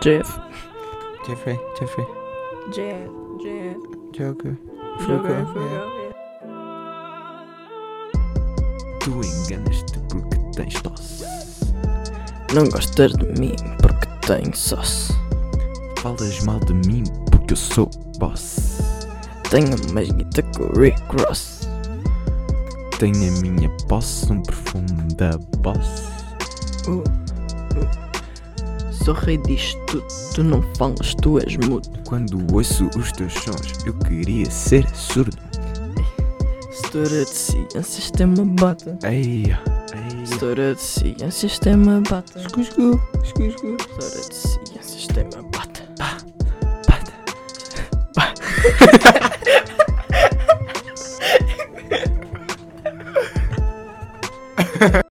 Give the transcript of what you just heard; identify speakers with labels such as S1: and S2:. S1: Jeff.
S2: Jeffrey, Jeffrey,
S1: Jeff. Jeff.
S2: Joker,
S1: Jogar,
S2: Joker, é.
S1: jogar.
S2: Tu enganas-te porque tens tosse.
S1: Não gostas de mim porque tenho sócio.
S2: Falas mal de mim porque eu sou boss.
S1: Tenho mais guita que o Rick Ross.
S2: Tenho a minha posse, um perfume da boss.
S1: Uh, uh. Sou rei disto tudo, tu não falas, tu és mudo.
S2: Quando ouço os teus sons, eu queria ser surdo.
S1: História de ciências tem uma bata.
S2: Ei, ei.
S1: História de ciências tem uma bata.
S2: Escusco, escusco.
S1: História de ciências tem uma bata.
S2: Pata.